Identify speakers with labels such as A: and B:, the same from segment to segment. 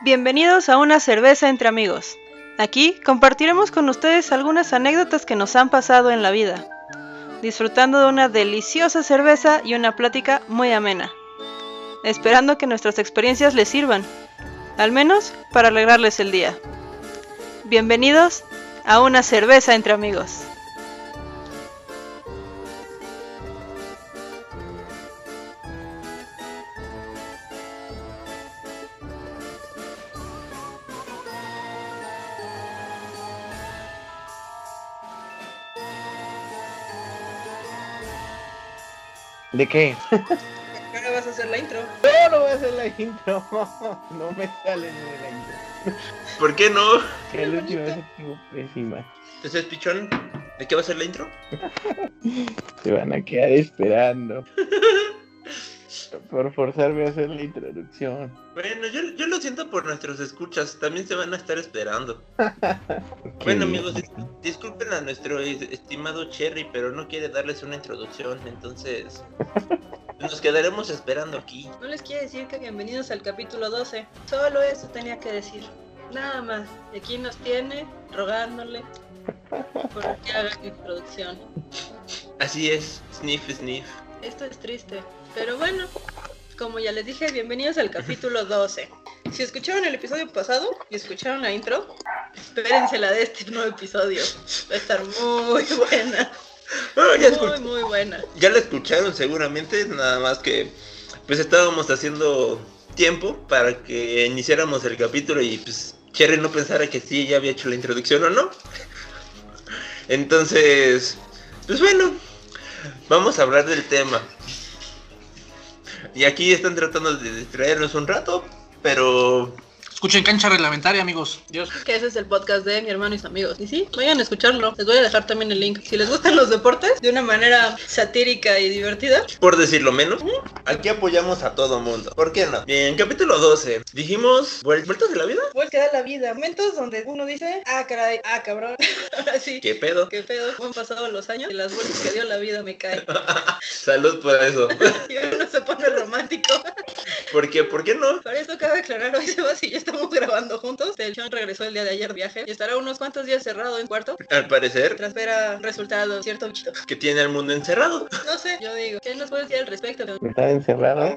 A: Bienvenidos a una cerveza entre amigos. Aquí compartiremos con ustedes algunas anécdotas que nos han pasado en la vida, disfrutando de una deliciosa cerveza y una plática muy amena, esperando que nuestras experiencias les sirvan, al menos para alegrarles el día. Bienvenidos a una cerveza entre amigos.
B: ¿De qué?
A: Ahora vas a hacer la intro.
B: No, no voy a hacer la intro. No me sale ni de la intro.
C: ¿Por qué no?
B: Que la última vez estuvo pésima.
C: Entonces, pichón, ¿de qué va a ser la intro?
B: Se van a quedar esperando. Por forzarme a hacer la introducción.
C: Bueno, yo, yo lo siento por nuestros escuchas, también se van a estar esperando. Bueno, amigos, dis- disculpen a nuestro es- estimado Cherry, pero no quiere darles una introducción, entonces nos quedaremos esperando aquí.
A: No les quiero decir que bienvenidos al capítulo 12. Solo eso tenía que decir. Nada más. Y aquí nos tiene rogándole por que haga introducción.
C: Así es, sniff, sniff.
A: Esto es triste. Pero bueno, como ya les dije, bienvenidos al capítulo 12. Si escucharon el episodio pasado y escucharon la intro, espérense la de este nuevo episodio. Va a estar muy buena.
C: Ah, ya, escu-
A: Muy, muy buena.
C: ya la escucharon seguramente, nada más que pues estábamos haciendo tiempo para que iniciáramos el capítulo y pues Cherry no pensara que sí, ya había hecho la introducción o no. Entonces, pues bueno, vamos a hablar del tema. Y aquí están tratando de distraernos un rato, pero
D: Escuchen cancha reglamentaria, amigos. Dios.
A: que ese es el podcast de mi hermano y sus amigos. Y sí, vayan a escucharlo. Les voy a dejar también el link. Si les gustan los deportes de una manera satírica y divertida,
C: por decirlo menos, aquí apoyamos a todo mundo. ¿Por qué no? Bien, capítulo 12. Dijimos, ¿vuel- ¿vueltas de la vida?
A: pues queda la vida. Momentos donde uno dice, ah, caray, ah, cabrón. Ahora sí.
C: ¿Qué pedo?
A: ¿Qué pedo? ¿Cómo han pasado los años? Y las vueltas que dio la vida me caen.
C: Salud por eso.
A: Y uno se pone romántico.
C: Porque, ¿por qué no?
A: Para esto cabe aclarar, hoy Sebas y yo estamos grabando juntos. El Sean regresó el día de ayer de viaje y estará unos cuantos días cerrado en cuarto.
C: Al parecer,
A: Tras ver a resultados, cierto bichito.
C: que tiene al mundo encerrado.
A: No sé, yo digo, ¿qué nos puedes decir al respecto?
B: Está encerrado.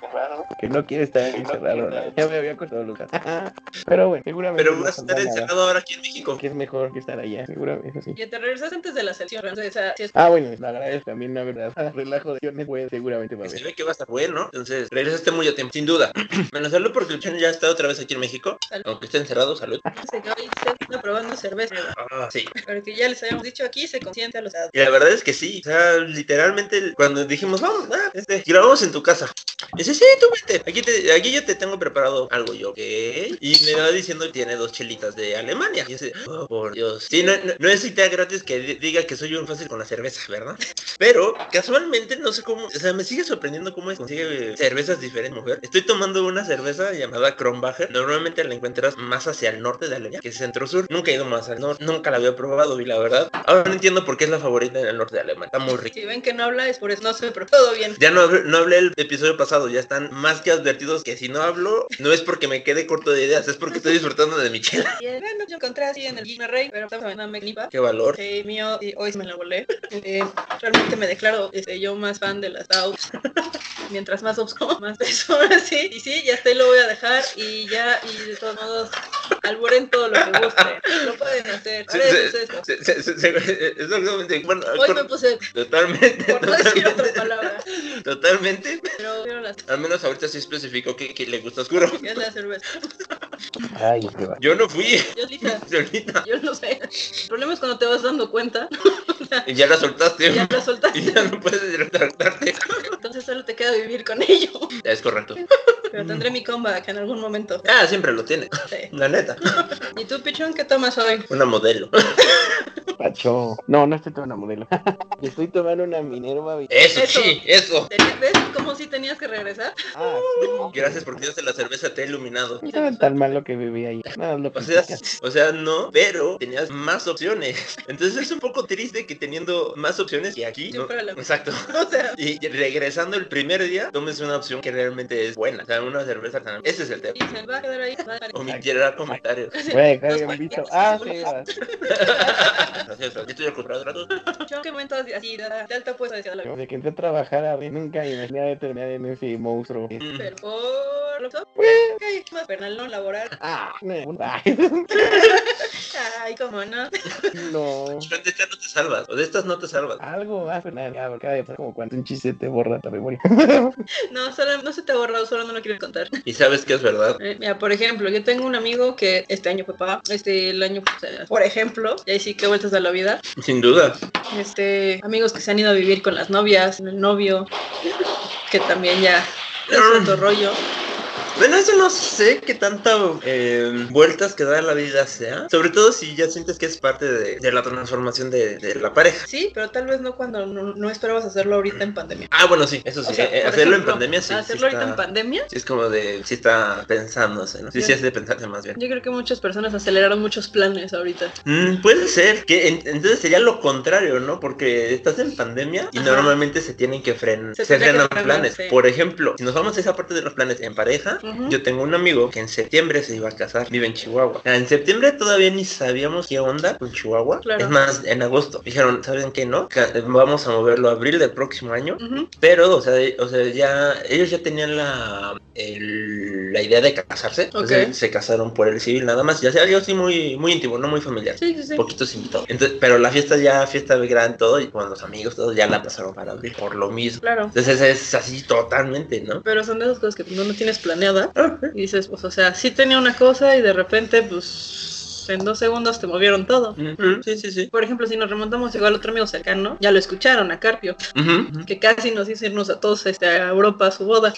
B: Que no quiere estar encerrado. ¿no? Ya me había cortado Lucas. Pero bueno, seguramente.
C: Pero
B: no
C: vas a estar
B: pasa nada.
C: encerrado ahora aquí en México.
B: Que es mejor que estar allá. Seguramente, eso sí.
A: Y te regresas antes de la selección. Entonces, o sea, si es
B: Ah, bueno, lo agradezco también, la verdad. Ah, Relajo de acciones, pues, seguramente va a
C: Se
B: haber.
C: ve que va a estar bueno, entonces regresaste muy a tiempo, sin duda. Menos salud porque el Chan ya está otra vez aquí en México.
A: Salud.
C: Aunque esté encerrado, salud.
A: Se hoy se está probando cerveza, ¿verdad?
C: Ah, sí.
A: porque ya les habíamos dicho aquí, se consiente a los adultos.
C: Y la verdad es que sí. O sea, literalmente el- cuando dijimos, vamos, ah, este, grabamos en tu casa. Dice, sí, tú vete. Aquí, te, aquí yo te tengo preparado algo yo. ¿Qué? Y me va diciendo que tiene dos chelitas de Alemania. Y yo así, oh, por Dios. Sí, no, no, no es idea gratis que di- diga que soy un fácil con la cerveza, ¿verdad? Pero casualmente no sé cómo, o sea, me sigue sorprendiendo cómo consigue eh, cervezas diferentes, mujer. Estoy tomando una cerveza llamada Kronbacher. Normalmente la encuentras más hacia el norte de Alemania, que es centro-sur. Nunca he ido más al norte, nunca la había probado y la verdad, ahora no entiendo por qué es la favorita en el norte de Alemania. Está muy rica.
A: Si ven que no habla es por eso, no se pero todo bien.
C: Ya no, hab- no hablé el episodio pasado, ya están más que advertidos que si no hablo, no es porque me quede corto de ideas, es porque estoy disfrutando de mi chela.
A: Y, eh, bueno, yo encontré así en el Gina Rey, pero estamos en una magnipa.
C: Qué valor.
A: Sí, Eh, mío, y hoy me la volé. Eh, realmente me declaro este, yo más fan de las DAOs. Mientras más obscuro, más peso, así. Y sí, ya estoy, lo voy a dejar. Y ya, y de todos modos, alburen todo lo que guste. Lo pueden hacer.
C: Se-
A: Ahora
C: se-
A: es eso.
C: se- se- se- se- Exactamente. Bueno,
A: Hoy
C: cor-
A: me puse,
C: totalmente,
A: por no decir otra
C: totalmente,
A: palabra,
C: totalmente.
A: pero, pero las
C: Al menos ahorita sí especifico que, que le gusta oscuro.
A: es la cerveza.
B: Ay, se va.
C: Yo no fui.
A: Yo lista.
C: Solita.
A: Yo no sé. El problema es cuando te vas dando cuenta,
C: Y ya la soltaste.
A: ya la
C: Y
A: soltaste,
C: ya no puedes retractarte.
A: entonces solo te queda vivir con ello.
C: Es correcto.
A: Pero tendré mi comeback en algún momento.
C: Ah, siempre lo tiene.
A: Sí.
C: La neta.
A: ¿Y tú, Pichón, qué tomas hoy?
C: Una modelo.
B: Pacho. No, no estoy tomando una modelo. estoy tomando una Minerva.
C: Eso,
A: Eso.
C: sí, eso.
A: ¿Te- ¿Ves cómo si tenías que regresar?
B: Ah,
C: Gracias por Dios de la cerveza te ha iluminado.
B: No estaba tan mal lo que viví ahí. Nada, lo
C: O sea,
B: que
C: o sea, no, pero tenías más opciones. Entonces es un poco triste que teniendo más opciones que aquí. ¿no?
A: Siempre la-
C: Exacto.
A: O sea,
C: Y regresando empezando el primer día, tomes una opción que realmente es buena. O sea, una cerveza tan... Ese es el tema.
A: Y se va a quedar ahí. va a estar-
C: Omitirá comentarios.
B: Voy a dejar bien visto. Ah, sí, va.
C: Así es, Yo estoy acostumbrado a tratos.
A: Yo que momento así, así, de de alta puesta decía la
B: Yo desde que entré a trabajar a mí nunca imaginé de terminar en ese monstruo.
A: Pero por lo Ok, más pernalón laboral.
B: Ah, no. Ay,
A: Ay, cómo no.
B: no.
C: De estas no te salvas. O de estas no te salvas.
B: Algo más, nada, cabrón, acaba de pasar como cuando un chiste te borra la memoria.
A: No, solo, no se te ha borrado, solo no lo quiero contar.
C: Y sabes que es verdad.
A: Eh, Mira, por ejemplo, yo tengo un amigo que este año fue papá, este el año, o sea, por ejemplo, y ahí sí que vueltas a la vida,
C: Sin duda.
A: este, amigos que se han ido a vivir con las novias, con el novio, que también ya es otro rollo.
C: Bueno, eso no sé qué tanta eh, vueltas que da la vida sea. Sobre todo si ya sientes que es parte de, de la transformación de, de la pareja.
A: Sí, pero tal vez no cuando no, no esperabas hacerlo ahorita en pandemia.
C: Ah, bueno, sí, eso
A: O
C: sí.
A: sea,
C: eh,
A: por
C: hacerlo en
A: ejemplo,
C: pandemia sí.
A: Hacerlo
C: sí
A: ahorita en
C: está-
A: pandemia.
C: Sí, es como de. Sí, está pensándose, ¿no? Sí, sí, es de pensarse más bien.
A: Yo creo que muchas personas aceleraron muchos planes ahorita.
C: Mm, puede ser que en- entonces sería lo contrario, ¿no? Porque estás en pandemia y
A: Ajá.
C: normalmente se tienen que frenar, se,
A: Se tendría que
C: frenan
A: frenar,
C: planes.
A: sí.
C: Por ejemplo, si nos vamos a esa parte de los planes en pareja,
A: Ujú.
C: yo tengo un amigo que en septiembre se iba a casar, vive en Chihuahua. Ah, En septiembre todavía ni sabíamos qué onda con Chihuahua.
A: Claro.
C: Es más, en agosto dijeron, ¿saben qué no? Ca- Vamos a moverlo a abril del próximo año.
A: Ujú.
C: Pero, o sea, de- o sea, ya ellos ya tenían la, el- la idea de casarse. Entonces,
A: Ok.
C: se casaron por el civil nada más. Ya sea algo así muy, muy íntimo, no muy familiar.
A: Sí, sí, sí.
C: Poquitos invitados. Entonces, pero la fiesta ya, fiesta gran, todo, y con los amigos, todos ya la pasaron para abrir por lo mismo.
A: Claro.
C: Entonces es así totalmente, ¿no?
A: Pero son de esas cosas que no, no tienes planeada. Y dices, pues, o sea, sí tenía una cosa y de repente, pues, en dos segundos te movieron todo.
C: Ujú, Sí, sí, sí.
A: Por ejemplo, si nos remontamos igual a otro amigo cercano, ya lo escucharon, a Carpio,
C: Ujú.
A: que casi nos hizo irnos a todos este, a Europa a su boda.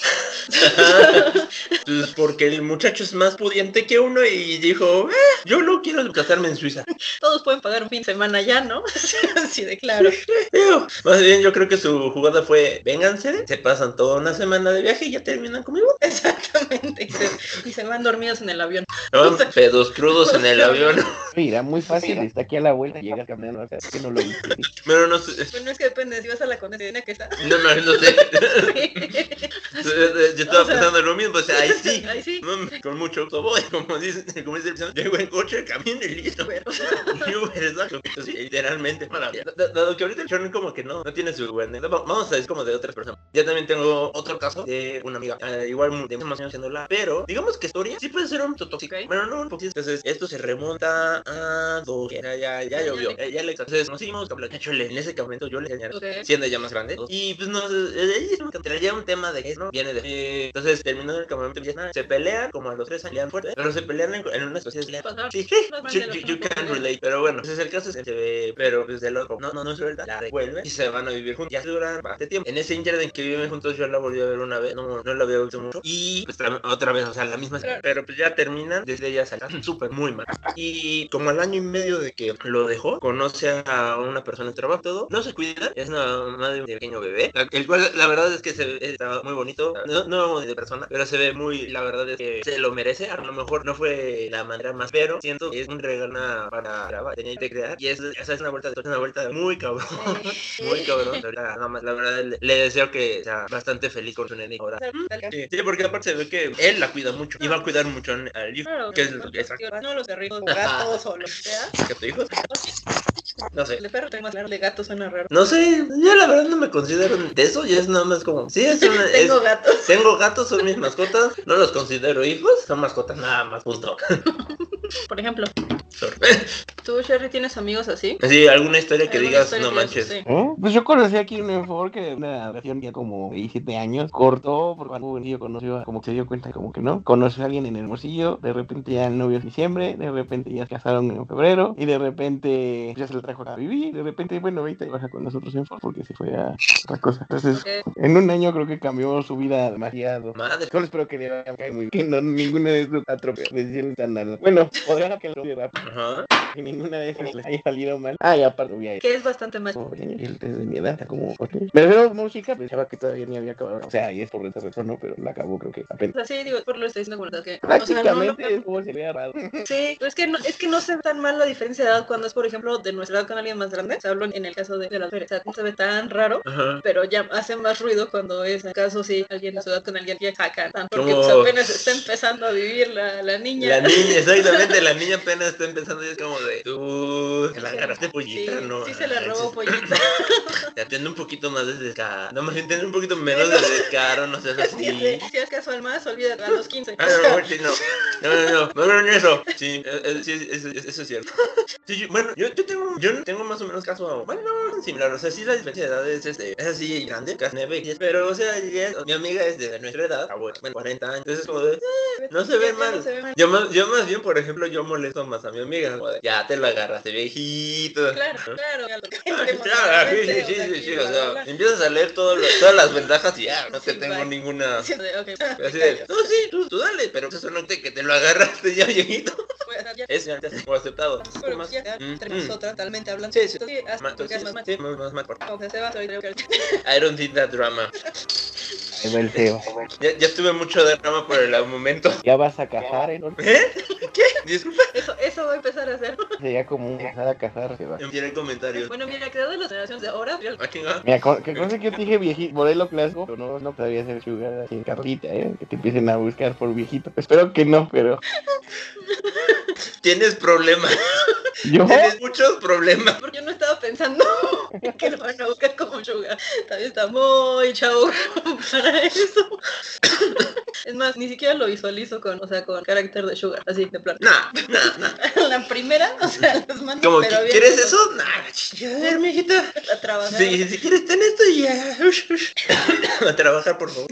C: Pues porque el muchacho es más pudiente que uno y dijo, "Eh, yo no quiero casarme en Suiza.
A: Todos pueden pagar un fin de semana ya, ¿no? Así de claro.
C: Ew. Más bien yo creo que su jugada fue, vénganse, se pasan toda una semana de viaje y ya terminan conmigo.
A: Exactamente. Y se, y se van dormidos en el avión.
C: ¿No? Pedos crudos en el avión.
B: Mira, muy fácil, está aquí a la vuelta y llegas caminando, o sea, es que no lo viste.
C: Pero no sé.
A: Bueno, es que depende, si vas a la condena que está.
C: No, no, no sé. Yo estaba
A: O sea-
C: pensando lo mismo, o sea, ahí sí.
A: Ahí sí.
C: No, me- con mucho gusto voy, como dice, como dice el señor, llego en coche, camino y listo.
A: Pero-
C: Y Uber es algo que sí, literalmente maravilla. Da- Dado que ahorita el chorro como que no, no tiene su buena. Vamos a decir como de otras personas. Ya también tengo otro caso de una amiga, eh, igual mu- de muchos más años haciéndola, pero digamos que historia sí puede ser un poquito tóxica,
A: Ok.
C: pero no un poquito. Entonces, esto se remonta a dos, ya, ya, ya llovió, eh, ya le entonces nos hicimos, hablar. De hecho, en ese momento yo le enseñaré
A: Ok.
C: siendo ya más grande. Y pues no, ella traía un tema de que no viene de. eh, entonces terminando el campamento, ya nada, se pelean como a los tres años fuerte, pero se pelean en, en una especie de.
A: Pasar.
C: Sí,
A: Normal
C: you,
A: de los
C: you- you
A: campos
C: can
A: pelear.
C: relate. Pero bueno, ese es el caso, se ve, pero desde el otro, no, no, no suelta, la revuelve y se van a vivir juntos. Ya duran bastante tiempo. En ese ínter en que viven juntos, yo la volví a ver una vez, no, no la había visto mucho. Y pues tam- otra vez, o sea, la misma.
A: Claro.
C: Pero pues ya terminan, desde ella saltan súper muy mal. Y como al año y medio de que lo dejó, conoce a una persona en trabajo, todo, no se cuida, es una mamá de un pequeño bebé, la- el cual la verdad es que se ve, está muy bonito, no, no de persona, pero se ve muy, la verdad es que se lo merece, a lo mejor no fue la manera más, pero siento que es un regalo para grabar, tenía que crear, y es, o sea, es una vuelta, es una vuelta muy cabrón, muy cabrón, la verdad, nada más, la verdad le, le deseo que sea bastante feliz con su nene ahora. Sí, sí, porque aparte se ve que él la cuida mucho y va a cuidar mucho al hijo,
A: Claro,
C: que es lo que exacto,
A: no los perritos, gatos o lo que sea.
C: que tu hijo, no sé.
A: El de perro tengo más claro, el de gato suena raro.
C: No sé, yo la verdad no me considero de eso, ya es nada más como, sí, es una, es-
A: Tengo gatos.
C: tengo gatos, son mis mascotas, no los considero hijos, son mascotas nada más, punto.
A: Por ejemplo, ¿tú, Sherry, tienes amigos así?
C: Sí, alguna historia que
A: ¿Alguna
C: digas,
A: historia
C: no
A: que-
C: manches.
A: sí.
B: ¿Eh? Pues yo conocí aquí un enfoque que de una relación ya como 17 años cortó porque cuando un conoció a- como que se dio cuenta como que no conoció a alguien en Hermosillo de repente ya el novio en diciembre de repente ya se casaron en febrero y de repente ya se lo trajo a vivir de repente bueno ahorita trabaja con nosotros en Ford porque se fue a otra cosa entonces
A: Ok.
B: en un año creo que cambió su vida demasiado
C: Madre.
B: Solo espero que le vaya muy bien, que no, ninguna de sus atropelladas tan nada. Bueno, podrá que lo rápido.
C: Ajá.
B: Ni ninguna de esas les haya salido mal. Ah, y aparte, voy a ir.
E: Que es bastante más.
B: Como veinte años, él desde mi edad, ya como ocho años. Me refiero a música, pensaba que todavía ni había acabado. O sea, y es por esa razón, ¿no? Pero la acabó, creo que
E: O
B: apenas.
E: sea, sí, digo, por lo que estoy diciendo como que. O sea, no, no-
B: Prácticamente es como se ve raro.
E: Sí, pero es que, no, es que no se ve tan mal la diferencia de edad cuando es, por ejemplo, de nuestra edad con alguien más grande. O sea, hablo en el caso de, de las mujeres. O sea, no se ve tan raro,
C: Ajá.
E: pero ya hace más ruido cuando es, en caso, sí, alguien de su edad con alguien que jacan. Porque
C: Como-
E: pues, apenas está empezando a vivir la, la niña.
C: La niña, exactamente, la niña apenas está empezando y es como de, tú, te la agarraste
E: Sí,
C: pollita, ¿no?
E: sí se la robó
A: pues.
C: manches.
E: pollita.
C: Ya ten un poquito más de descaro. No, más bien ten un poquito menos de descaro, no seas
E: Si
C: así.
E: es- si es casual más, olvídate a los 15.
C: Ah, no, no, sí, no, no, no, no, no, no, eso. Sí, eh, eh, sí, eso, eso es cierto. Sí, yo- bueno, yo, yo tengo, yo tengo más o menos caso, bueno, no, similar, o sea, sí la diferencia de edad es, este, es así grande, casi 9, 10, pero, o sea, ya- mi amiga es de nuestra edad, ah, bueno, 40 años, entonces como de, no se ve
E: Ya- ya
C: mal.
E: no se ve mal.
C: Yo más, yo más bien, por ejemplo, yo molesto más a mi amiga, como de, ya te lo agarraste viejito.
E: Claro, claro. a lo que
C: Ah,
E: entremos
C: claro, sí, sí, sí,
E: realmente, o sea,
C: sí,
E: que
C: sí,
E: bla,
C: o
E: bla, bla.
C: sea, empiezas a leer todo lo- todas las ventajas y ya, no te
E: Sí,
C: tengo
E: bye.
C: ninguna...
E: Sí, ok, me
C: Así de,
E: callo.
C: no, sí, tú, tú dale, pero eso no te que te lo agarraste ya viejito.
E: Bueno, ya-
C: Es ya fue aceptado.
E: Pero
C: Más-
E: ya
C: mm,
E: entre
C: mm.
E: nosotras totalmente hablando.
C: Sí, sí.
E: Entonces, hasta
C: Ma-
E: porque
C: sí,
E: es más-
C: sí, más- más- más- por-
E: Como que se va, soy creo que-
C: I don't need that drama.
B: Ahí va el Seba.
C: Ya, ya tuve mucho drama por el momento.
B: Ya vas a casar, ¿eh? ¿no?
C: ¿Eh? ¿Qué? Disculpa.
E: Eso, eso va a empezar a hacer.
B: Sería como un empezar a casar, Seba.
C: Enviaré comentarios.
E: Bueno, mira, creo de las generaciones de ahora. yo-
C: Ah, chinga.
B: Mira, co- que cosa que yo te dije viejito, modelo clásico, pero no, no sabía ser sugar así, Carlita, ¿eh? Que te empiecen a buscar por viejito. Espero que no, pero
C: Tienes problemas.
B: yo...
C: Tienes muchos problemas.
E: Porque yo no estaba pensando en que lo van a buscar como yoga. También está muy chavo para eso. Es más, ni siquiera lo visualizo con, o sea, con carácter de sugar, así de plan.
C: Nah, nah, nah.
E: La primera, o sea, los mando
C: Como
E: pero
C: que
E: bien
C: quieres
E: lejos
C: eso, nah. ch- A ver, mijita.
E: a trabajar.
C: Si, si quieres ten esto y ya. ush, ush. A trabajar, por favor.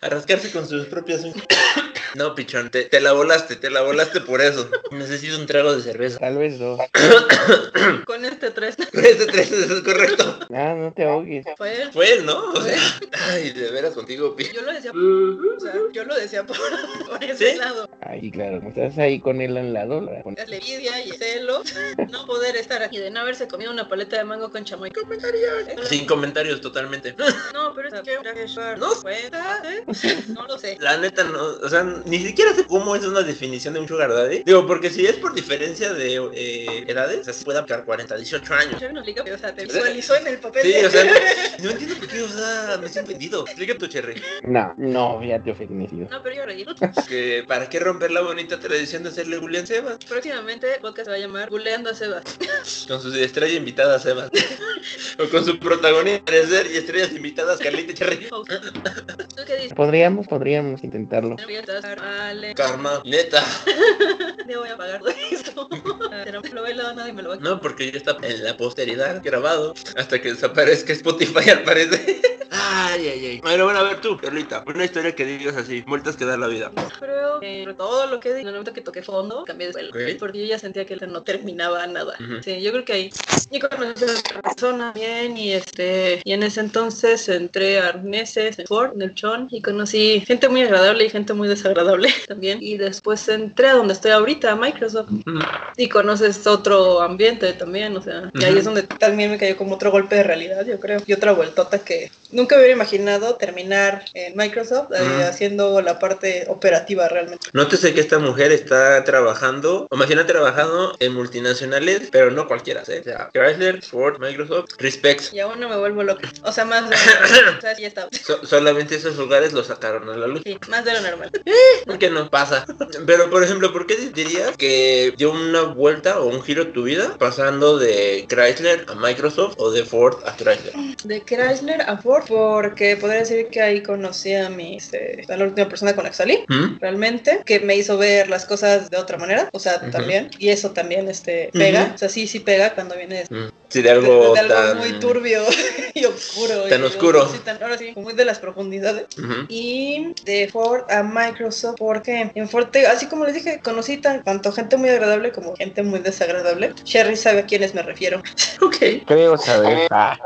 C: A rascarse con sus propias uñas. No, pichón, te, te la volaste, te la volaste por eso. Necesito un trago de cerveza.
B: Tal vez dos.
E: Con este tres
C: Tres de tres, eso es correcto.
B: Ah, no te ahogues.
E: fue él.
C: Fue él, Pues, ¿no? O sea, ay, de veras contigo, pi.
E: Yo lo decía, o
C: Ujú.
E: sea, yo lo decía por, por ese
C: ¿Sí?
E: lado.
B: Ahí, claro, como estás ahí con él al lado. la- con-
E: La envidia y el celo. No poder estar aquí de no haberse comido una paleta de mango con chamoy.
C: Sin comentarios totalmente.
E: No, pero es que era que yo-
C: No.
E: cuenta, ¿eh? No lo sé.
C: La neta no, o sea, ni siquiera sé cómo es una definición de un sugar daddy. Digo, porque si es por diferencia de eh, edades, así puede aplicar 40, 18 años.
E: Yo no digo, o sea, te visualizó en el papel.
C: Sí,
E: de-
C: o sea, no, no entiendo por qué, o sea, me siento ofendido. Explica tu cherry.
B: No, no, ya te ofendí. tío.
E: No, pero yo reí.
C: Que, ¿Para qué romper la bonita tradición de hacerle Julián Sebas?
E: Próximamente el podcast se va a llamar Buleando a Sebas.
C: Con su estrella invitada Sebas. o con su protagonista parecer y estrellas invitadas Carlita y Cherry.
E: ¿Tú qué dices?
B: Podríamos, podríamos intentarlo.
E: Voy a estar- Vale,
C: Karma, neta.
E: te voy a pagar de esto. Pero lo bailado nadie me lo va a quitar.
C: No, porque ya está en la posteridad grabado hasta que desaparezca Spotify al parecer. Ay, ay, ay. Bueno, bueno, a ver tú, Carlita. Una historia que digas así, vueltas que da la vida.
E: Creo que sobre todo lo que di, en el momento que toqué fondo, cambié de escuela.
C: Ok.
E: Porque yo ya sentía que no terminaba nada.
C: Ujú.
E: Sí, yo creo que ahí. Y conocí a otra persona bien y este. Y en ese entonces entré a Arneses, en Ford, en el Chon, y conocí gente muy agradable y gente muy desagradable también. Y después entré a donde estoy ahorita, a Microsoft. Y conoces otro ambiente también, o sea. Y ahí
C: Ujú.
E: es donde también me cayó como otro golpe de realidad, yo creo. Y otra vueltota que nunca hubiera imaginado terminar en Microsoft eh,
C: Ujú.
E: haciendo la parte operativa realmente.
C: Nótese que esta mujer está trabajando, o más bien ha trabajado en multinacionales, pero no cualquiera, ¿eh? O sea, Chrysler, Ford, Microsoft, respect.
E: Y aún no me vuelvo loca. O sea, más de lo normal. O sea, sí está.
C: So- solamente esos lugares los sacaron a la luz.
E: Sí, más de lo normal.
C: ¿Por qué no? Pasa. Pero, por ejemplo, ¿por qué dirías que dio una vuelta o un giro tu vida pasando de Chrysler a Microsoft o de Ford a Chrysler?
E: De Chrysler a Ford, porque podría decir que ahí conocí a mi, este, a la última persona con la que salí.
C: ¿Mm?
E: Realmente, que me hizo ver las cosas de otra manera, o sea,
C: Ujú.
E: también, y eso también este, pega,
C: Ujú.
E: o sea, sí, sí pega cuando vienes
C: Mm. Sí, de algo,
E: de algo
C: tan...
E: muy turbio y oscuro.
C: tan
E: y-
C: oscuro.
E: sí, tan- ahora sí, muy de las profundidades.
C: Ujú.
E: Y de Ford a Microsoft, porque en Ford, te- así como les dije, conocí tan- tanto gente muy agradable como gente muy desagradable. Sherry sabe a quiénes me refiero.
C: Ok,
B: Creo saber. Ah,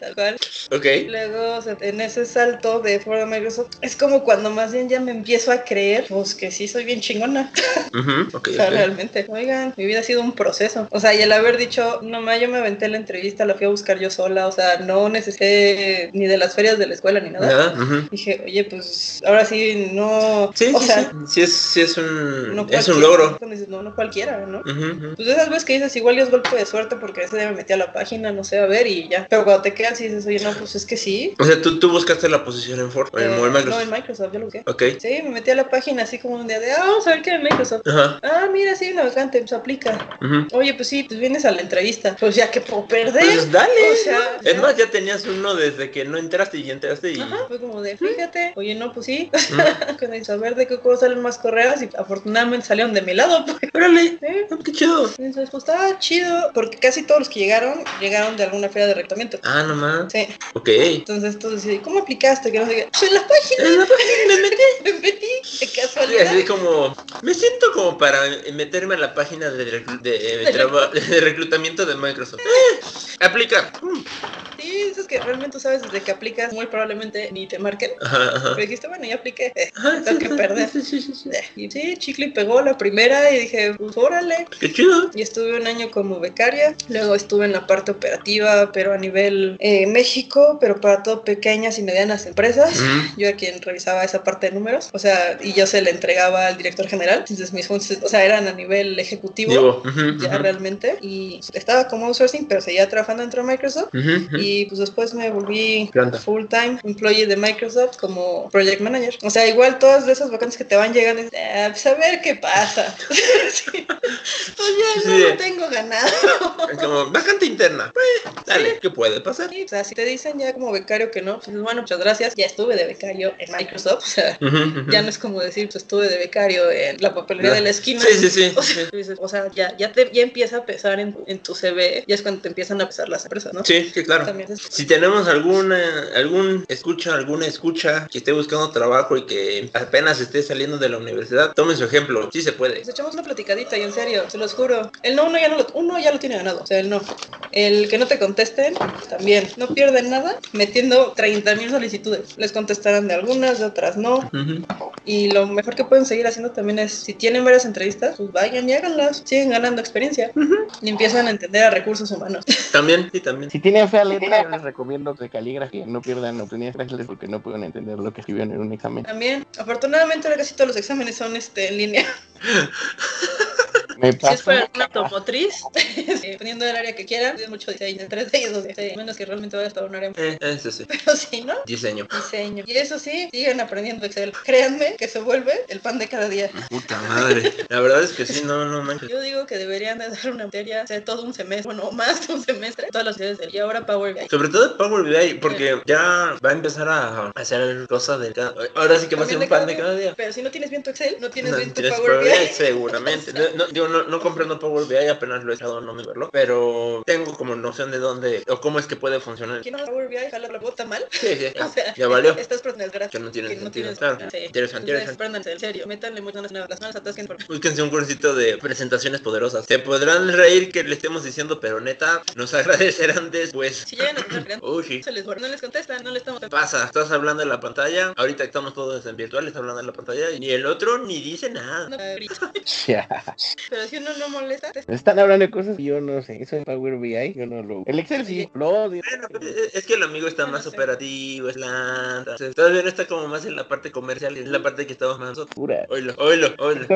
E: Tal cual.
C: ok.
E: Y Luego, o sea, en ese salto de Ford a Microsoft, es como cuando más bien ya me empiezo a creer, pues que sí soy bien chingona.
C: Ujú, ok,
E: O sea,
C: ok.
E: realmente, oigan, mi vida ha sido un proceso. O sea, y el haber dicho, no ma, yo me aventé la entrevista, la fui a buscar yo sola, o sea, no necesité ni de las ferias de la escuela ni nada.
C: Nada, ujú.
E: Dije, oye, pues ahora sí, no.
C: Sí,
E: o
C: sí,
E: sea,
C: sí. Sí es, sí es un,
E: no
C: es un
E: cualquiera,
C: logro.
E: cuando dices, No, no cualquiera, ¿no?
C: Ujú, ujú.
E: Pues esas veces que dices, igual y es golpe de suerte porque ese día me metí a la página, no sé, a ver y ya. Pero cuando te quedas y dices, oye, no, pues es que sí.
C: O sea, ¿tú, tú buscaste la posición en Ford o en
E: Eh,
C: o en Microsoft.
E: No, en Microsoft, yo lo busqué.
C: Ok.
E: Sí, me metí a la página así como un día de, ah, vamos a ver qué hay en Microsoft.
C: Ajá.
E: Ah, mira, sí, hay una vacante, pues aplica.
C: ujú.
E: Oye, pues sí, pues vienes a la entrevista. Pues ya que puedo perder.
C: Pues dale.
E: O sea,
C: Es más, ya tenías uno desde que no entraste y ya entraste y...
E: Ajá, fue como de, fíjate, oye, no, pues sí,
C: Ujú.
E: con el saber de qué cosas salen más correas y afortunadamente salieron de mi lado, porque, órale, ¿eh?
C: Ah, Qué chido.
E: Entonces, pues estaba chido, porque casi todos los que llegaron, llegaron de alguna feria de reclutamiento.
C: Ah, nomás.
E: Sí,
C: Ok. Eh,
E: entonces tú decís, ¿cómo aplicaste? Que no sé qué. Pues en la página. En la página me metí. Me metí, de
C: Sí,
E: casualidad.
C: así como... Me siento como para meterme a la página de, reclu- de, eh, traba- de reclutamiento de Microsoft. Eh, aplica. Mm.
E: Sí, eso es que realmente tú sabes desde que aplicas, muy probablemente ni te marquen.
C: Ajá, ajá.
E: Pero dijiste, bueno, ya apliqué. eh,
C: Ajá,
E: tengo
C: sí,
E: que
C: sí,
E: perder.
C: sí, sí, sí, sí.
E: Y sí, chicle y pegó la primera y dije, pues órale.
C: Qué chido.
E: y estuve un año como becaria, luego estuve en la parte operativa, pero a nivel eh, México, pero para todo pequeñas y medianas empresas.
C: Mm.
E: Yo era quien revisaba esa parte de números, o sea, y yo se la entregaba al director general, entonces mis funciones, o sea, eran a nivel ejecutivo,
C: Digo, ujú,
E: ya
C: ujú,
E: realmente, y estaba como outsourcing, pero seguía trabajando dentro de Microsoft,
C: ujú, ujú.
E: y pues después me volví
C: Planta.
E: full time employee de Microsoft como project manager. O sea, igual todas de esas vacantes que te van llegando, es, "Ah, pues a ver qué pasa. Sí. Pues ya no
C: Sí.
E: lo tengo ganado.
C: Es Como vacante interna. Eh, dale, ¿qué puede pasar?
E: Sí, O sea, si te dicen ya como becario que no, pues bueno, muchas gracias. Ya estuve de becario en Microsoft. O sea,
C: Ujú, ujú.
E: ya no es como decir, pues estuve de becario en la papelería
C: No.
E: de la esquina.
C: Sí, sí, sí.
E: O sea, tú dices, o sea, ya, ya, te, ya empieza a pesar en, en tu CV, ya es cuando te empiezan a pesar las empresas, ¿no?
C: Sí, sí, claro.
E: También es-
C: Si tenemos alguna, algún escucha, alguna escucha que esté buscando trabajo y que apenas esté saliendo de la universidad, tomen su ejemplo, sí se puede.
E: Nos echamos una platicadita y en serio, se los juro. El no, uno ya, no lo, uno ya lo tiene ganado. O sea, el no. El que no te contesten, pues, también. No pierden nada metiendo 30.000 solicitudes. Les contestarán de algunas, de otras no.
C: Ujú.
E: Y lo mejor que pueden seguir haciendo también es, si tienen varias entrevistas, pues vayan y háganlas. Siguen ganando experiencia. Y empiezan a entender a recursos humanos.
C: También, sí, también.
B: Si tienen fea letra, yo les recomiendo que caligrafía no pierdan oportunidades fáciles porque no pueden entender lo que escribieron en un examen.
E: También, afortunadamente, ahora casi todos los exámenes son este, en línea.
B: Me
E: Si es
B: pasó.
E: para una automotriz, dependiendo del área que quieran, es mucho diseño, en 3D y 2D. a este, menos que realmente vaya hasta un área.
C: Eh, eso sí.
E: Pero si no,
C: Diseño.
E: diseño. Y eso sí, siguen aprendiendo Excel. Créanme que se vuelve el pan de cada día.
C: Puta madre. La verdad es que sí, no, no manches.
E: Yo digo que deberían de dar una materia, o sea, todo un semestre, bueno, más de un semestre, todas las ciudades del... Y ahora Power BI.
C: Sobre todo Power BI, porque ya va a empezar a hacer cosas de cada... Ahora sí que va a ser
E: También
C: un pan de cada día.
E: Pero si no tienes bien tu Excel, no tienes
C: No,
E: bien tu
C: tienes
E: Power BI.
C: Seguramente. No, no, digo, no, no comprendo Power BI, apenas lo he echado, no me verlo. Pero tengo como noción de dónde o cómo es que puede funcionar.
E: ¿Quién no Power BI jala la bota mal?
C: Sí, sí, ya,
E: O sea,
C: ya valió.
E: Estas personas gratis
C: Que no tienen
E: que no
C: sentido,
E: tienes-
C: claro.
E: Sí.
C: Interesante,
E: Entonces,
C: interesante.
E: Apréndanse, en serio, métanle mucho las las manos atasquen por-
C: Búsquense un cursito de presentaciones poderosas. Se podrán reír que le estemos diciendo, pero neta, nos agradecerán después.
E: Si llegan a estar creando,
C: Uy, sí.
E: se les borra, no les contestan, no les estamos...
C: Pasa, estás hablando en la pantalla. Ahorita estamos todos en virtual, estás hablando en la pantalla. Y ni el otro ni dice nada.
E: no,
B: Ya.
E: Pero si uno no molesta, este
B: Están hablando de cosas que yo no sé. Eso de Power BI, yo no lo. El Excel sí, lo odio.
C: Bueno, pero es es que el amigo está
E: No
C: más
E: sé.
C: operativo, es lanta. O sea, Todavía no está como más en la parte comercial, es la parte que estamos más nosotros.
B: Pura.
C: Oilo, oilo, oilo.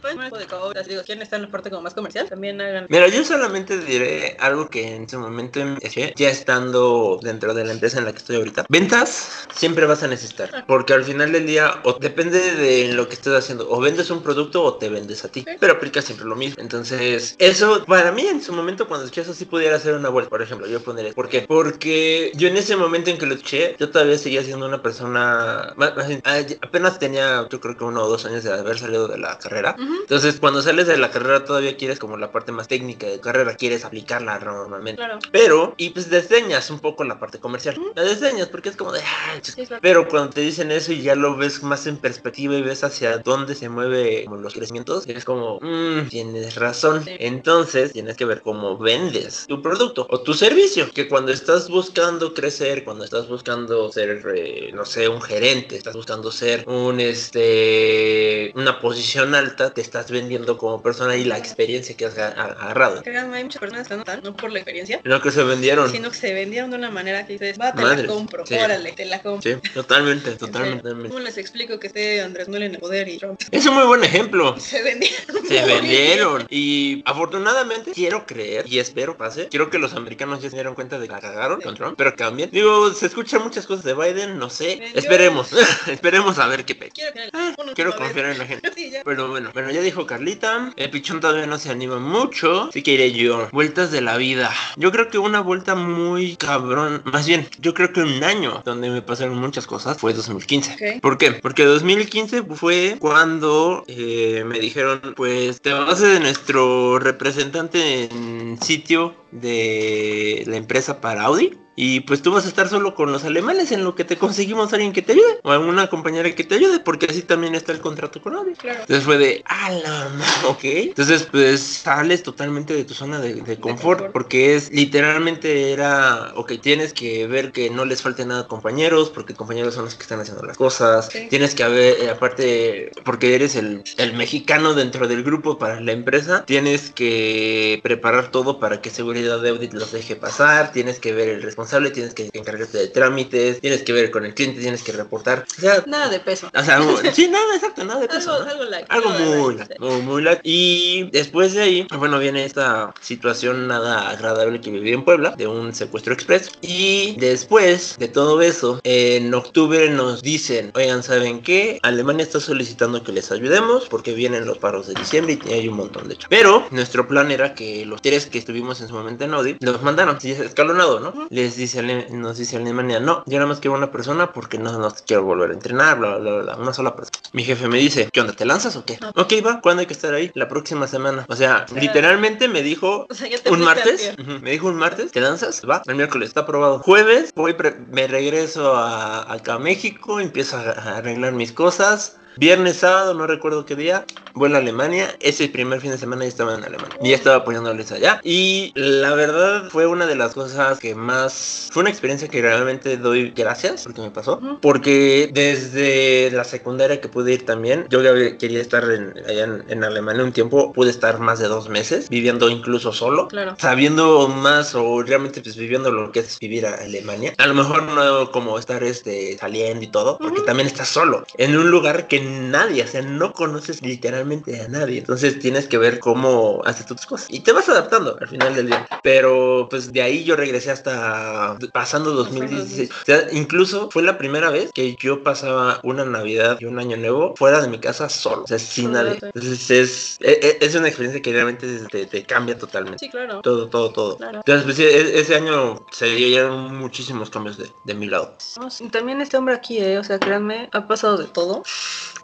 E: Pueden un poco de cobras, digo, ¿quién está en la parte como más comercial? También hagan.
C: Mira, yo solamente diré algo que en su momento eché, ya estando dentro de la empresa en la que estoy ahorita. Ventas siempre vas a necesitar, porque al final del día o depende de lo que estés haciendo, o vendes un producto o te vendes a ti, pero aplicas en siempre lo mismo. Entonces, eso para mí en su momento cuando escuché eso sí pudiera hacer una vuelta. Por ejemplo, yo pondré, ¿por qué? Porque yo en ese momento en que lo escuché, yo todavía seguía siendo una persona, más- más bien, ah, apenas tenía yo creo que uno o dos años de haber salido de la carrera.
E: Ujú.
C: Entonces, cuando sales de la carrera todavía quieres como la parte más técnica de carrera, quieres aplicarla normalmente.
E: Claro.
C: Pero, y pues desdeñas un poco la parte comercial. La desdeñas porque es como de... "Ah, chis-".
E: Sí, claro.
C: Pero cuando te dicen eso y ya lo ves más en perspectiva y ves hacia dónde se mueve como los crecimientos, es como, "Mm, tienes razón.
E: Sí.
C: Entonces tienes que ver cómo vendes tu producto o tu servicio. Que cuando estás buscando crecer, cuando estás buscando ser, eh, no sé, un gerente, estás buscando ser un, este, una posición alta, te estás vendiendo como persona y la experiencia que has ga- agarrado.
E: Créanme, hay muchas personas que no están, no por la experiencia,
C: No que se vendieron.
E: sino que se vendieron de una manera que dices, va, te
C: Madres,
E: la compro,
C: sí.
E: órale, te la compro.
C: Sí, totalmente,
E: En
C: totalmente,
E: serio.
C: totalmente.
E: ¿Cómo les explico que esté Andrés Manuel en el poder y Trump?
C: Es un muy buen ejemplo.
E: Se vendieron.
C: Se vendieron. Y afortunadamente, quiero creer y espero pase. Quiero que los americanos ya se dieron cuenta de que la cagaron con Trump, pero cambien. Digo, se escuchan muchas cosas de Biden, no sé.
E: Vendió.
C: Esperemos, esperemos a ver qué pe.
E: Quiero que una
C: Ah, Quiero
E: sola vez.
C: confiar en la gente.
E: Sí, ya.
C: Pero bueno, bueno, ya dijo Carlita, el pichón todavía no se anima mucho, así que iré yo. Vueltas de la vida. Yo creo que una vuelta muy cabrón, más bien, yo creo que un año donde me pasaron muchas cosas fue 2015.
E: Ok.
C: ¿Por qué? Porque 2015 fue cuando eh, me dijeron, pues te vas de nuestro representante en sitio de la empresa para Audi. Y pues tú vas a estar solo con los alemanes en lo que te conseguimos a alguien que te ayude o alguna compañera que te ayude, porque así también está el contrato con Audi.
E: Claro.
C: Entonces fue de, ah, la ma-", ok. Entonces, pues sales totalmente de tu zona de, de confort,
E: confort.
C: porque es literalmente era, ok, tienes que ver que no les falte nada a compañeros, porque compañeros son los que están haciendo las cosas.
E: Sí.
C: Tienes que haber, eh, aparte, porque eres el, el mexicano dentro del grupo para la empresa, tienes que preparar todo para que seguridad de audit los deje pasar, tienes que ver el responsable, tienes que encargarte de trámites, tienes que ver con el cliente, tienes que reportar. O sea,
E: Nada de peso.
C: o sea, sí, nada, exacto, nada de peso,
E: Algo,
C: Ah, ¿no?
E: algo like.
C: Algo
E: nada de
C: muy,
E: like.
C: lat- muy, muy lat- Y después de ahí, bueno, viene esta situación nada agradable que viví en Puebla, de un secuestro express. Y después de todo eso, en octubre nos dicen, oigan, ¿saben qué? Alemania está solicitando que les ayudemos porque vienen los paros de diciembre y hay un montón de hecho. Pero nuestro plan era que los tres que estuvimos en su momento en Audi, los mandaron, sí, es escalonado, ¿no? Les dice, Ale- nos dice Alemania, no, yo nada más quiero una persona porque no nos quiero volver a entrenar, bla, bla, bla, bla, una sola persona. Mi jefe me dice, ¿qué onda? ¿Te lanzas o qué?
E: No.
C: Ok, va, ¿cuándo hay que estar ahí? La próxima semana. O sea,
E: sea,
C: literalmente me dijo
E: O sea, ya te
C: un
E: fuiste al
C: martes,
E: día.
C: ujú, me dijo un martes, ¿te lanzas? Va, el miércoles está aprobado. Jueves, voy, pre- me regreso a, acá a México, empiezo a, a arreglar mis cosas. Viernes, sábado, no recuerdo qué día, vuelo a Alemania. Ese primer fin de semana ya estaba en Alemania. Ya estaba apoyándoles allá. Y la verdad fue una de las cosas que más... Fue una experiencia que realmente doy gracias porque me pasó.
E: Ujú.
C: Porque desde la secundaria que pude ir también, yo ya quería estar en- allá en, en Alemania un tiempo. Pude estar más de dos meses viviendo incluso solo
E: Claro.
C: sabiendo más o realmente pues viviendo lo que es vivir a Alemania. A lo mejor no como estar este saliendo y todo, porque
E: Ujú.
C: también estás solo en un lugar que nadie, o sea, no conoces literalmente a nadie. Entonces tienes que ver cómo haces tus cosas y te vas adaptando al final del día. Pero pues de ahí yo regresé hasta pasando 2016. O sea, incluso fue la primera vez que yo pasaba una Navidad y un año nuevo fuera de mi casa solo, o sea, sin nadie.
E: Olvídate.
C: Entonces es, e- e- es una experiencia que realmente te, te cambia totalmente.
E: Sí, claro.
C: Todo, todo, todo.
E: Claro.
C: Entonces, pues, sí, e- ese año se dieron muchísimos cambios de, de mi lado.
E: Y También este hombre aquí, eh, o sea, créanme, ha pasado de todo.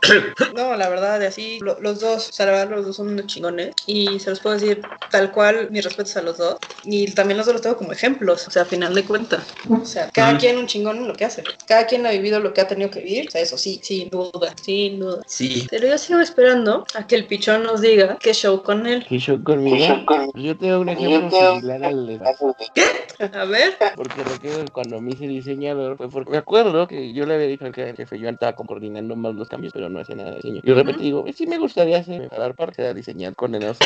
E: No, la verdad, de así, lo- los dos, o sea, la verdad, los dos son unos chingones. Y se los puedo decir tal cual, mis respetos a los dos. Y también los dos los tengo como ejemplos, o sea, a final de cuentas. O sea, cada
C: Ujú.
E: quien un chingón en lo que hace. Cada quien ha vivido lo que ha tenido que vivir. O sea, eso sí, sin duda, sin duda.
C: Sí.
E: Pero yo sigo esperando a que el pichón nos diga qué show con él.
B: ¿Qué show conmigo? Yo tengo un ejemplo similar al de
E: A ver,
B: Porque recuerdo que cuando me hice diseñador fue porque me acuerdo que yo le había dicho al que- al jefe, yo andaba como coordinando más los cambios, pero no hacía nada de diseño. Y de repente digo, "Eh, sí me gustaría hacer dar parte de diseñar con el oso.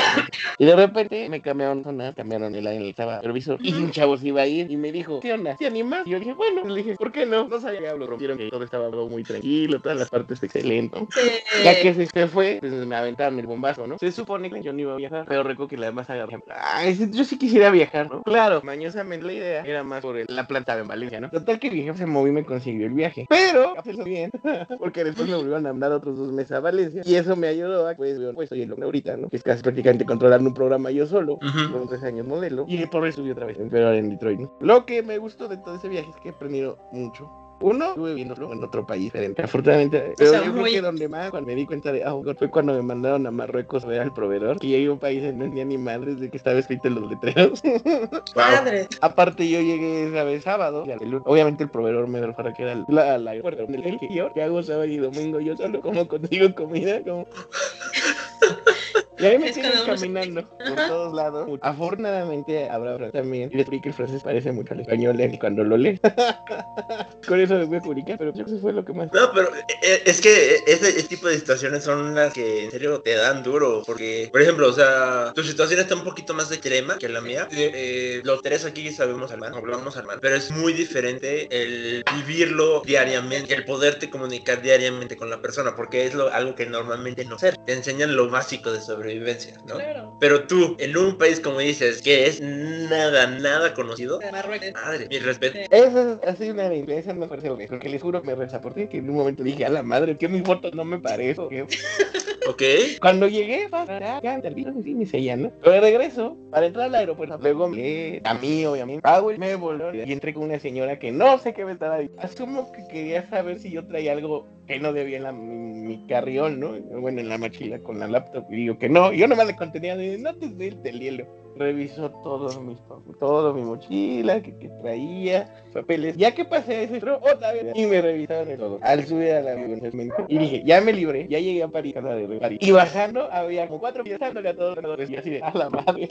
B: Y de repente me cambiaron zona, cambiaron el área en el que estaba supervisor. Y un chavo se iba a ir y me dijo, ¿qué onda? ¿Te animas? Y yo dije, bueno, le dije, ¿por qué no? No sabía hablo, rompieron que todo estaba muy tranquilo, todas las partes excelentes.
E: eh,
B: Ya que se, se fue, pues me aventaron el bombazo, ¿no? Se supone que yo no iba a viajar, pero recuerdo que la demás agarré. Ay, sí, yo sí quisiera viajar, ¿no? Claro, mañosamente la idea era más por el- la planta de Valencia, ¿no? Total que mi jefe se movió y me consiguió el viaje. Pero, la pasó bien, porque después me volvieron a mandar a otros dos meses a Valencia. Y eso me ayudó a, pues, yo pues, estoy en lo que ahorita, ¿no? Que es casi prácticamente controlar un programa yo solo,
C: Ujú.
B: con tres años modelo. Y por eso subí otra vez, pero ahora en Detroit, ¿no? Lo que me gustó de todo ese viaje es que he aprendido mucho. Uno, estuve viéndolo en otro país diferente. Afortunadamente, pero
E: sea,
B: yo creo
E: muy-
B: que donde más cuando me di cuenta de, ah, fue cuando me mandaron a Marruecos a ver al proveedor. Que llegué a un país en no entendía ni madres de que estaba escrito en los letreros.
C: Wow.
E: Madre.
B: Aparte yo llegué esa vez sábado, y el lunes- obviamente el proveedor me para que era el- la, la aeropuerto donde él que yo, que hago sábado y domingo yo solo como consigo comida, como... Y ahí me
E: Es
B: tienen
E: cuando uno se-
B: caminando por
E: Ajá.
B: todos lados. Afortunadamente habrá francés también. Y descubrí que el francés parece mucho al español eh, cuando lo lees. Con eso me voy a publicar, pero creo que eso fue lo que más...
C: No, pero eh, es que ese, ese tipo de situaciones son las que en serio te dan duro. Porque, por ejemplo, o sea, tu situación está un poquito más extrema que la mía. Eh, eh, los tres aquí sabemos alemán, hablamos alemán. Pero es muy diferente el vivirlo diariamente, el poderte comunicar diariamente con la persona. Porque es lo, algo que normalmente no sé. Te enseñan lo básico de sobrevivencia, ¿no?
E: Claro.
C: Pero tú, en un país como dices, que es nada, nada conocido.
E: Marruecos.
C: Madre, mi respeto.
B: Esa es- ha sido una de las experiencias más fuertes, güey, porque les juro que me resaporté que en un momento dije, a la madre, que mi foto no me parezco, que
C: ¿Ok?
B: Cuando llegué, para acá, tal vez sí, me sellan, ¿no? Pero de regreso, para entrar al aeropuerto, luego me- a mí, obviamente, Powell me voló y entré con una señora que no sé qué me estaba diciendo. Asumo que quería saber si yo traía algo que no debía en la- mi, mi carrión, ¿no? Bueno, en la mochila con la laptop, y digo que no. Yo nomás le contenía, de, no te suelte el hielo. Revisó todos mis, pap- todo mi mochila que, que traía, papeles. Ya que pasé ese tro, otra vez. Y me revisaron el todo. Al subir al avión. realmente. Y dije, ya me libré. Ya llegué a París. a la de París. Y bajando, había como cuatro pies dándole a todos los ganadores. Y así de, a la madre.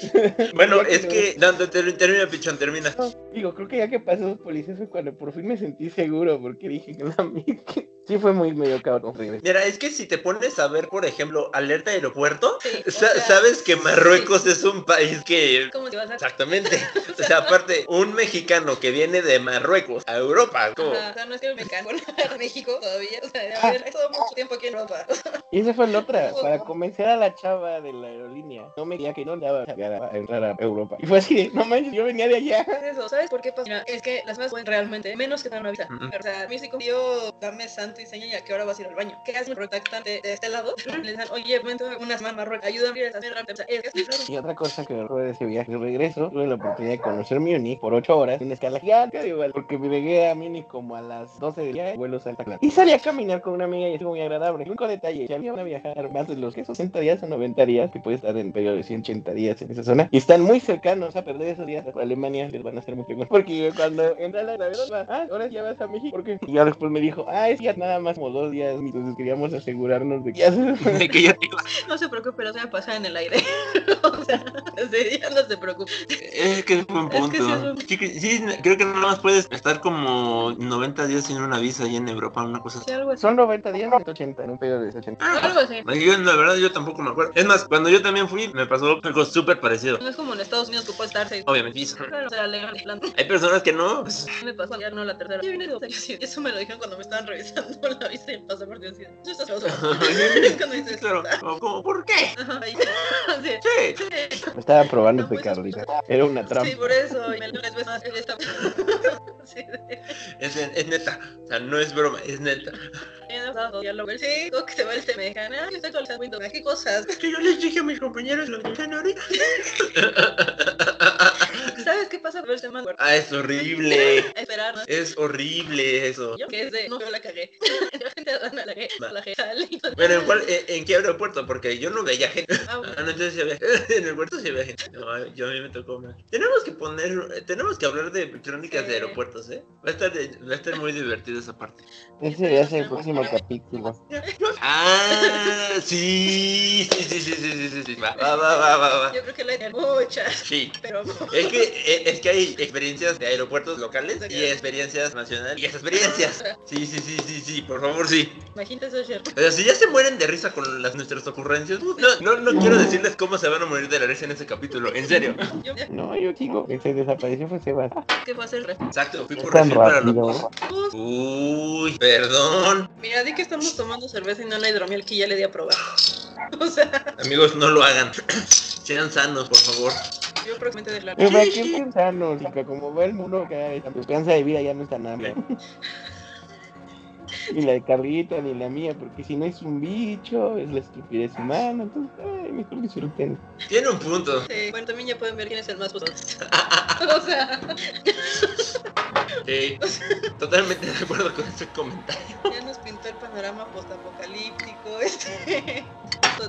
C: Bueno,
B: Ya
C: es que, dándote termina, pichón, termina.
B: Digo, creo que ya que pasé los policías fue cuando por fin me sentí seguro. Porque dije, que la mierda". Sí fue muy medio cabrón.
C: Mira, es que si te pones a ver, por ejemplo, alerta aeropuerto,
E: Sí, o
C: sa-
E: sea,
C: sabes que Marruecos es un país que...
E: es como si vas a...
C: Exactamente. O sea, aparte, un mexicano que viene de Marruecos a Europa, como...
E: Ajá, o sea, no es que me encanta volver a México todavía. O sea, de haber estado mucho tiempo aquí en Europa.
B: Y esa fue la otra, para convencer a la chava de la aerolínea. No me diga que no le daba a entrar a Europa. Y fue así, de, no manches, yo venía de allá.
E: eso, ¿sabes por qué pasa? Mira, es que las más pueden realmente, menos que te dan una visa.
C: Ujú.
E: O sea, a mí sí confío, dame santo y seña y a qué hora vas a ir al baño. ¿Qué haces? Me contactan de, de este lado. Le dicen, oye, vente una semana a Marruecos, ayúdame a hacer rápido. O sea, es que es raro.
B: Y otra cosa que me recuerdo de ese viaje de regreso, tuve la oportunidad de conocer Múnich por 8 horas en una escala gigante, de vuelo, porque me llegué a Múnich como a las 12 del día, vuelos a Santa Clara. Y salí a caminar con una amiga y estuvo muy agradable. El único detalle, si alguien van a viajar más de los que 60 días o 90 días, que puede estar en periodo de 180 días en esa zona, y están muy cercanos a perder esos días a Alemania, les van a hacer muy fregón. Porque cuando entra la navidad, va, ah, ahora ya vas a México, porque ya después me dijo, ah, es que ya nada más como dos días, entonces queríamos asegurarnos de que ya se
D: De que ya te iba-
E: No se preocupe, lo voy a pasar en el aire. o sea, ese día no se preocupe.
C: Es que es buen
E: Es que sí es
C: punto.
E: un-
C: Sí, que- sí, creo que nada más puedes estar como 90 días sin una visa ahí en Europa, una cosa así.
E: Sí, algo así.
B: Son 90 días, 180, en un periodo de 80.
E: Algo así.
C: Ay, Yo, la verdad, yo tampoco me acuerdo. Es más, cuando yo también fui, me pasó algo súper parecido.
E: No es como en Estados Unidos que puede estar seis.
C: Obviamente, visa.
E: Claro, o sea, legal, en plan,
C: Hay personas que no, pues,
E: me pasó ya no la tercera. Ya viene de otra, yo sí, Eso me lo dijeron cuando me estaban revisando la visa y el pasaporte. Yo decía, "Tú estás loco". Es cuando dices,
C: claro. O como, ¿Por qué?
E: ajá, ahí. O sea,
C: Sí,
B: Me estaba probando
E: No, pues,
B: Carlita. Era una
E: Sí, por eso. Y me lo ves más. Esta... sí, de...
C: Es, es neta, o sea, no es broma, es neta.
E: en pasado, ya lo ves. Sí, creo que se va el semejana. Yo estoy actualizando Windows. ¿Qué cosas?
C: Es que yo les dije a mis compañeros lo que están ahorita.
E: ¿Sabes qué pasa? Ver el tema de
C: ah, es horrible.
E: esperar. ¿no?
C: Es horrible eso.
E: Yo que es de no, yo la cagué. la gente la cagué. La cagué. sale.
C: Bueno, ¿en, cuál, en, en qué aeropuerto? Porque yo no veía gente.
E: Ah,
C: Ah, no, entonces sí había En el puerto sí había gente. No, yo a mí me tocó mal. Tenemos que poner, eh, tenemos que hablar de crónicas
E: Sí.
C: de aeropuertos, ¿eh? Va a estar, va a estar muy divertido esa parte.
B: Ese debería ser el próximo capítulo.
C: Ah, sí, sí, sí, sí, sí, sí, sí, sí. Va, va, va, va, va, va.
E: Yo creo que la hay muchas.
C: Sí.
E: Pero
C: Es que, eh, es que hay experiencias de aeropuertos locales y experiencias nacionales. Y experiencias. Sí, sí, sí, sí, sí, por favor, sí.
E: imagínate eso, Sher.
C: O sea, si ya se mueren de risa con las, nuestras ocurrencias, no, no, no quiero decirles cómo se van a morir de la risa en este capítulo, en serio.
E: Yo,
B: No, yo digo, el que se desapareció fue Sebas.
E: ¿Qué va a hacer?
C: Exacto, fui por
B: Tan
C: refil para los
B: rápido.
E: Uf,
C: Uy, perdón.
E: Mira, di que estamos tomando cerveza y no la hidromiel que ya le di a probar. O sea,
C: Amigos, no lo hagan. Sean sanos, por favor.
E: yo próximamente declaro.
B: Pero para qué pensarnos, chica, como ve el mundo cada vez, la esperanza de vida ya no está nada. ni la de Carlita, ni la mía, porque si no es un bicho, es la estupidez humana, entonces, ay, mejor disfruten.
C: Tiene un punto.
E: Sí, bueno, también ya pueden ver quién es el más puto. o sea,
C: Sí. Eh, Totalmente de acuerdo con ese comentario.
E: ya nos pintó el panorama postapocalíptico, este,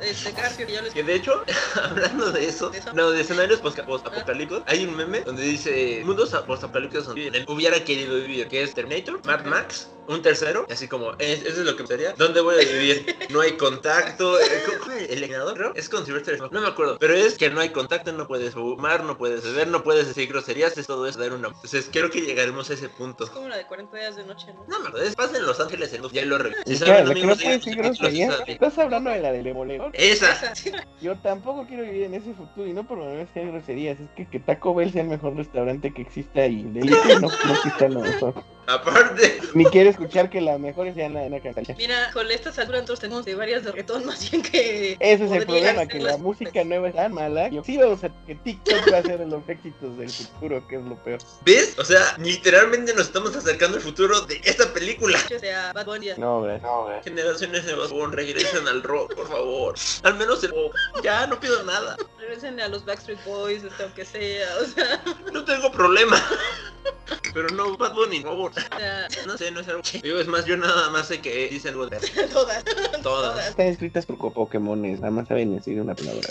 E: este Carpio, que ya les
C: Que de hecho, hablando de eso,
E: De eso.
C: no, de escenarios posca- postapocalípticos, hay un meme donde dice mundos a- postapocalípticos donde hubiera querido vivir, que es Terminator, Mad Max, un tercero, así como, es- eso es lo que sería. ¿Dónde voy a vivir? No hay contacto. eh, ¿cómo fue? El ganador, creo, es con Sylvester Stallone, no me acuerdo, pero es que no hay contacto, no puedes fumar, no puedes beber, no puedes decir groserías, es todo eso, dar una. Entonces, creo que llegaremos a ese punto.
E: Es como la de 40 días de noche, ¿no?
C: No me acuerdo, es pasa en Los Ángeles en ya lo revisé.
B: ¿Qué? ¿La que no puede decir grosería? ¿Estás hablando de la del Demoledor?
C: Esa.
E: Esa, sí,
B: Yo tampoco quiero vivir en ese futuro y no por lo menos que hay groserías. Es que, que Taco Bell sea el mejor restaurante que exista y delito no, no exista lo mejor.
C: Aparte,
B: Ni quiero escuchar que las mejores sean la de Ana Cantacha.
E: Mira, con estas alturas nosotros tenemos de varias de reggaetón más bien que...
B: Ese es el
E: podrían
B: problema,
E: ser
B: que
E: las-
B: la música nueva es tan mala. Y sí vamos a que TikTok va a ser los éxitos del futuro, que es lo peor.
C: ¿ves? O sea, literalmente nos estamos acercando al futuro de esta película.
E: O sea, Bad Bunny,
B: No, gracias.
C: Generaciones de Bad regresen al rock, por favor. Al menos el pop. Ya, no pido nada.
E: regresen a los Backstreet Boys, este, aunque sea, o sea,
C: No tengo problema. Pero no, Bad Bunny, por favor.
E: o sea,
C: No sé, no es algo. que- Digo, es más, yo nada más sé que dicen algo de
E: todas,
C: todas.
B: Están escritas por co- Pokémones, nada más saben decir una palabra.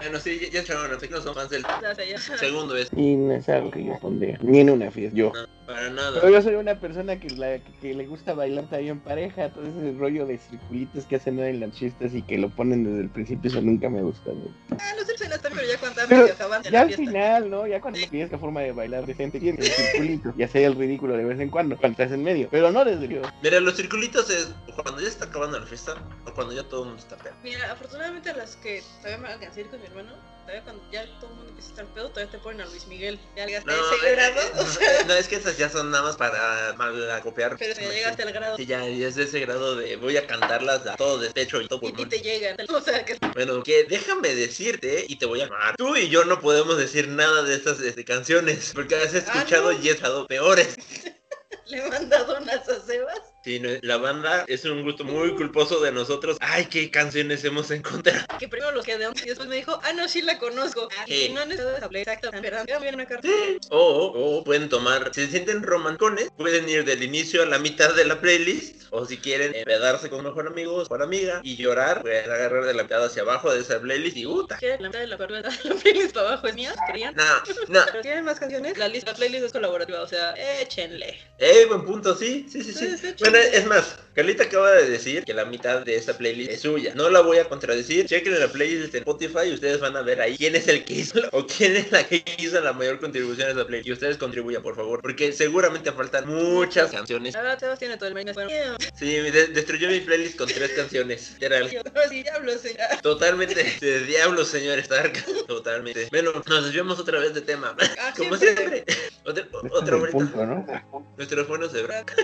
C: Bueno, sí, ya- ya echaron, así que no son fans del
E: o sea, ya.
C: segundo es.
B: Y no es algo que yo pondría. Ni en una fiesta. Yo.
C: Para nada.
B: Pero yo soy una persona que, la, que, que le gusta bailar también en pareja, todo ese rollo de circulitos que hacen en las chistas y que lo ponen desde el principio, eso nunca me gusta. güey.
E: Ah, los Simpsons están, pero ya cuando
B: Pero
E: que acaban de
B: Ya
E: la
B: al
E: fiesta.
B: final, ¿no? Ya cuando pides la forma de bailar decente, tienes el circulito y hacer el ridículo de vez en cuando, cuando estás en medio, pero no desde yo.
C: Mira, los circulitos es cuando ya está acabando la fiesta o cuando ya todo el mundo está pedo.
E: Mira, afortunadamente a las que todavía me alcancé a ir con mi hermano, todavía cuando ya todo el mundo empieza a estar pedo, todavía te ponen a Luis Miguel. Ya llegaste
C: No,
E: a
C: eh,
E: ese grado,
C: eh,
E: o sea,
C: no, es que esas ya son nada más para mal- copiar.
E: pero si ya llegaste al grado
C: Sí, ya, ya es de ese grado de voy a cantarlas a todo despecho y todo
E: y, y
C: pulmón.
E: te llegan, o sea, que
C: Bueno, que déjame decirte y te voy a amar. Tú y yo no podemos decir nada de estas este, canciones porque has escuchado
E: Ah, no.
C: y has dado peores.
E: le he mandado unas a Sebas.
C: Sí, no, la banda es un gusto muy culposo de nosotros. Ay, qué canciones hemos encontrado.
E: que primero los quedé y después me dijo, ah, no, sí la conozco. Ah,
C: Sí.
E: sí, no han estado de hablar, exacto. Pero también una carta.
C: O o pueden tomar, si se sienten romancones, pueden ir del inicio a la mitad de la playlist. O si quieren empedarse con mejor amigos o amiga y llorar, pueden agarrar de la mitad hacia abajo de esa playlist y puta.
E: Que la mitad de la cuerda de la playlist para abajo es mía, creían.
C: No, no.
E: Pero tienen más canciones, la lista la playlist es colaborativa, o sea, échenle.
C: Eh, buen punto, sí, sí, sí,
E: Sí,
C: sí.
E: sí,
C: Bueno,
E: chido.
C: es más, Carlita acaba de decir que la mitad de esta playlist es suya. No la voy a contradecir. Chequen la playlist en Spotify y ustedes van a ver ahí quién es el que hizo o quién es la que hizo la mayor contribución a esa playlist. Y ustedes contribuyan, por favor, porque seguramente faltan muchas canciones.
E: La verdad, Sebas tiene todo el mail. Bueno, yeah.
C: Sí, de- destruyó mi playlist con tres canciones. Literal.
E: yo sí, diablo, señora.
C: Totalmente de diablo, señor Stark. Totalmente. Bueno, nos desviamos otra vez de tema.
E: Ah,
C: Como
E: siempre.
C: siempre. Otra,
B: Este
C: otra
B: es el
C: vuelta.
B: punto, ¿no?
C: Nuestros buenos de verdad.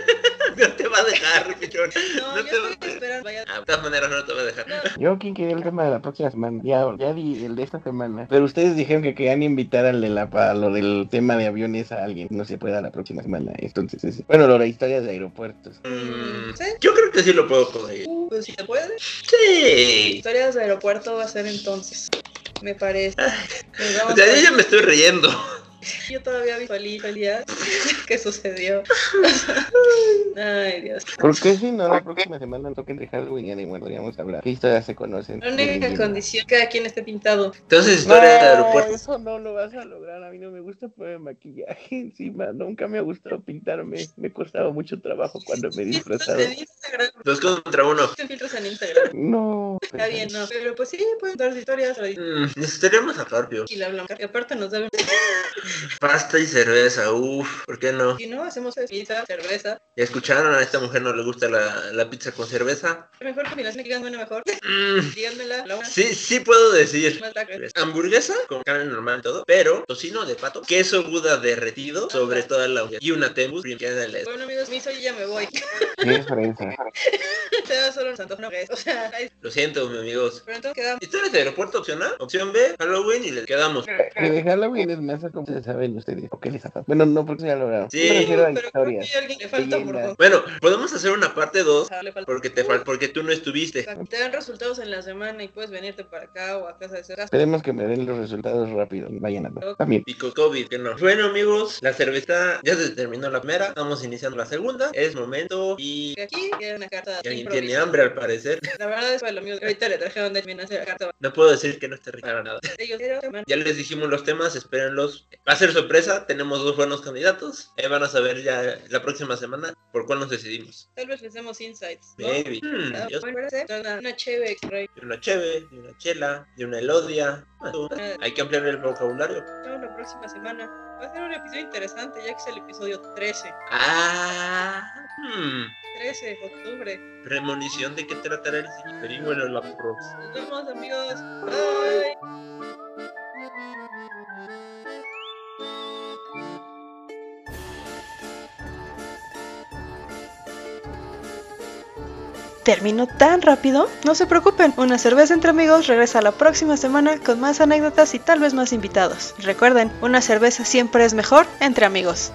C: No te va a dejar, pichón.
E: No,
C: No te
E: yo
C: va a
E: estoy
C: dejar.
E: esperando. Vaya,
C: Ah, De todas maneras, no te va a dejar.
E: no,
B: Yo quien quería el tema de la próxima semana. Ya, ya di el de esta semana. Pero ustedes dijeron que querían invitar al de la, a lo del tema de aviones a alguien. No se pueda la próxima semana. Entonces, ese- bueno, lo de historias de aeropuertos.
C: Mm,
E: ¿Sí?
C: Yo creo que sí lo puedo conseguir.
E: Pues si te puede.
C: Sí.
E: Historias de aeropuerto va a ser entonces. Me parece. Nos
C: O
E: vamos
C: sea,
E: a-
C: yo ya me estoy riendo.
E: Yo todavía visualizaría qué sucedió. Ay, Dios.
B: ¿Por qué si no la próxima semana no toquen de Halloween y Animal? Podríamos hablar. ¿Qué historias se conocen?
E: La
B: del
E: única
B: invierno?
E: condición cada quien esté pintado.
C: Entonces,
B: No,
C: historia de aeropuerto.
B: eso no lo vas a lograr. A mí no me gusta poner maquillaje encima. Nunca me ha gustado pintarme. Me costaba mucho trabajo cuando me
E: Filtros
B: disfrazaba.
E: en Instagram.
C: Dos contra uno.
E: Existen filtros en Instagram.
B: No.
E: Está bien, no. Pero pues sí, pueden dar historias. tradicionales
C: Mm, necesitaríamos a Carpio.
E: Y la blanca. Y aparte nos da
C: Pasta y cerveza, uff, ¿por qué no?
E: Si no, hacemos pizza, cerveza.
C: ¿Ya escucharon? A esta mujer no le gusta la, la pizza con cerveza.
E: La Mejor combinación que díganme una mejor.
C: Mm,
E: Díganmela. La una
C: sí, sí puedo decir.
E: más la que-
C: Hamburguesa con carne normal y todo, pero tocino de pato, queso Buda derretido sobre toda la olla y una tempus primera de la-
E: Bueno, amigos, me hizo y ya me voy.
B: Qué fresa.
E: Te da solo los santos nombres. O sea, ahí-
C: Lo siento, mis amigos.
E: pero entonces quedamos.
C: Historias de aeropuerto opcional, opción B, Halloween y le quedamos.
B: Que de Halloween es más como saben ustedes o qué les ha pasado. Bueno, no porque ya lo lograron.
C: Sí,
B: Me refiero a
E: pero creo
B: historias.
E: que a alguien le falta, por
B: leyendas.
E: favor.
C: Bueno, podemos hacer una parte 2
E: Ah, le falta.
C: porque te fal- porque tú no estuviste.
E: Te dan resultados en la semana y puedes venirte para acá o a casa de cerca.
B: Esperemos que me den los resultados rápido. y Vayan a también.
C: Pico COVID, que no. Bueno, amigos, la cerveza ya se terminó la primera. Estamos iniciando la segunda. Es momento y.
E: Que Aquí queda una carta
C: que
E: de
C: alguien tiene
E: improviso.
C: hambre al parecer.
E: La verdad es que lo mío. Ahorita le trajeron de mi nacer la carta.
C: No puedo decir que no está rica para nada.
E: Ellos eran-
C: Ya les dijimos los temas, espérenlos. Va a ser sorpresa, tenemos dos buenos candidatos. Ahí van a saber ya la próxima semana por cuál nos decidimos.
E: Tal vez les demos insights. ¿no?
C: Maybe. Hmm,
E: Ah,
C: yo soy
E: bueno, parece una, una chévere extra.
C: de una cheve, de una chela, de una elodia. Ah, tú. Hay que ampliar el vocabulario.
E: Nos vemos la próxima semana. Va a ser un episodio interesante ya que es el episodio 13.
C: Ah. hmm,
E: 13 de octubre.
C: premonición de qué tratará el siguiente. Pero bueno, la próxima.
E: Nos vemos amigos. Bye.
A: ¿Terminó tan rápido? No se preocupen, una cerveza entre amigos regresa la próxima semana con más anécdotas y tal vez más invitados. Recuerden, una cerveza siempre es mejor entre amigos.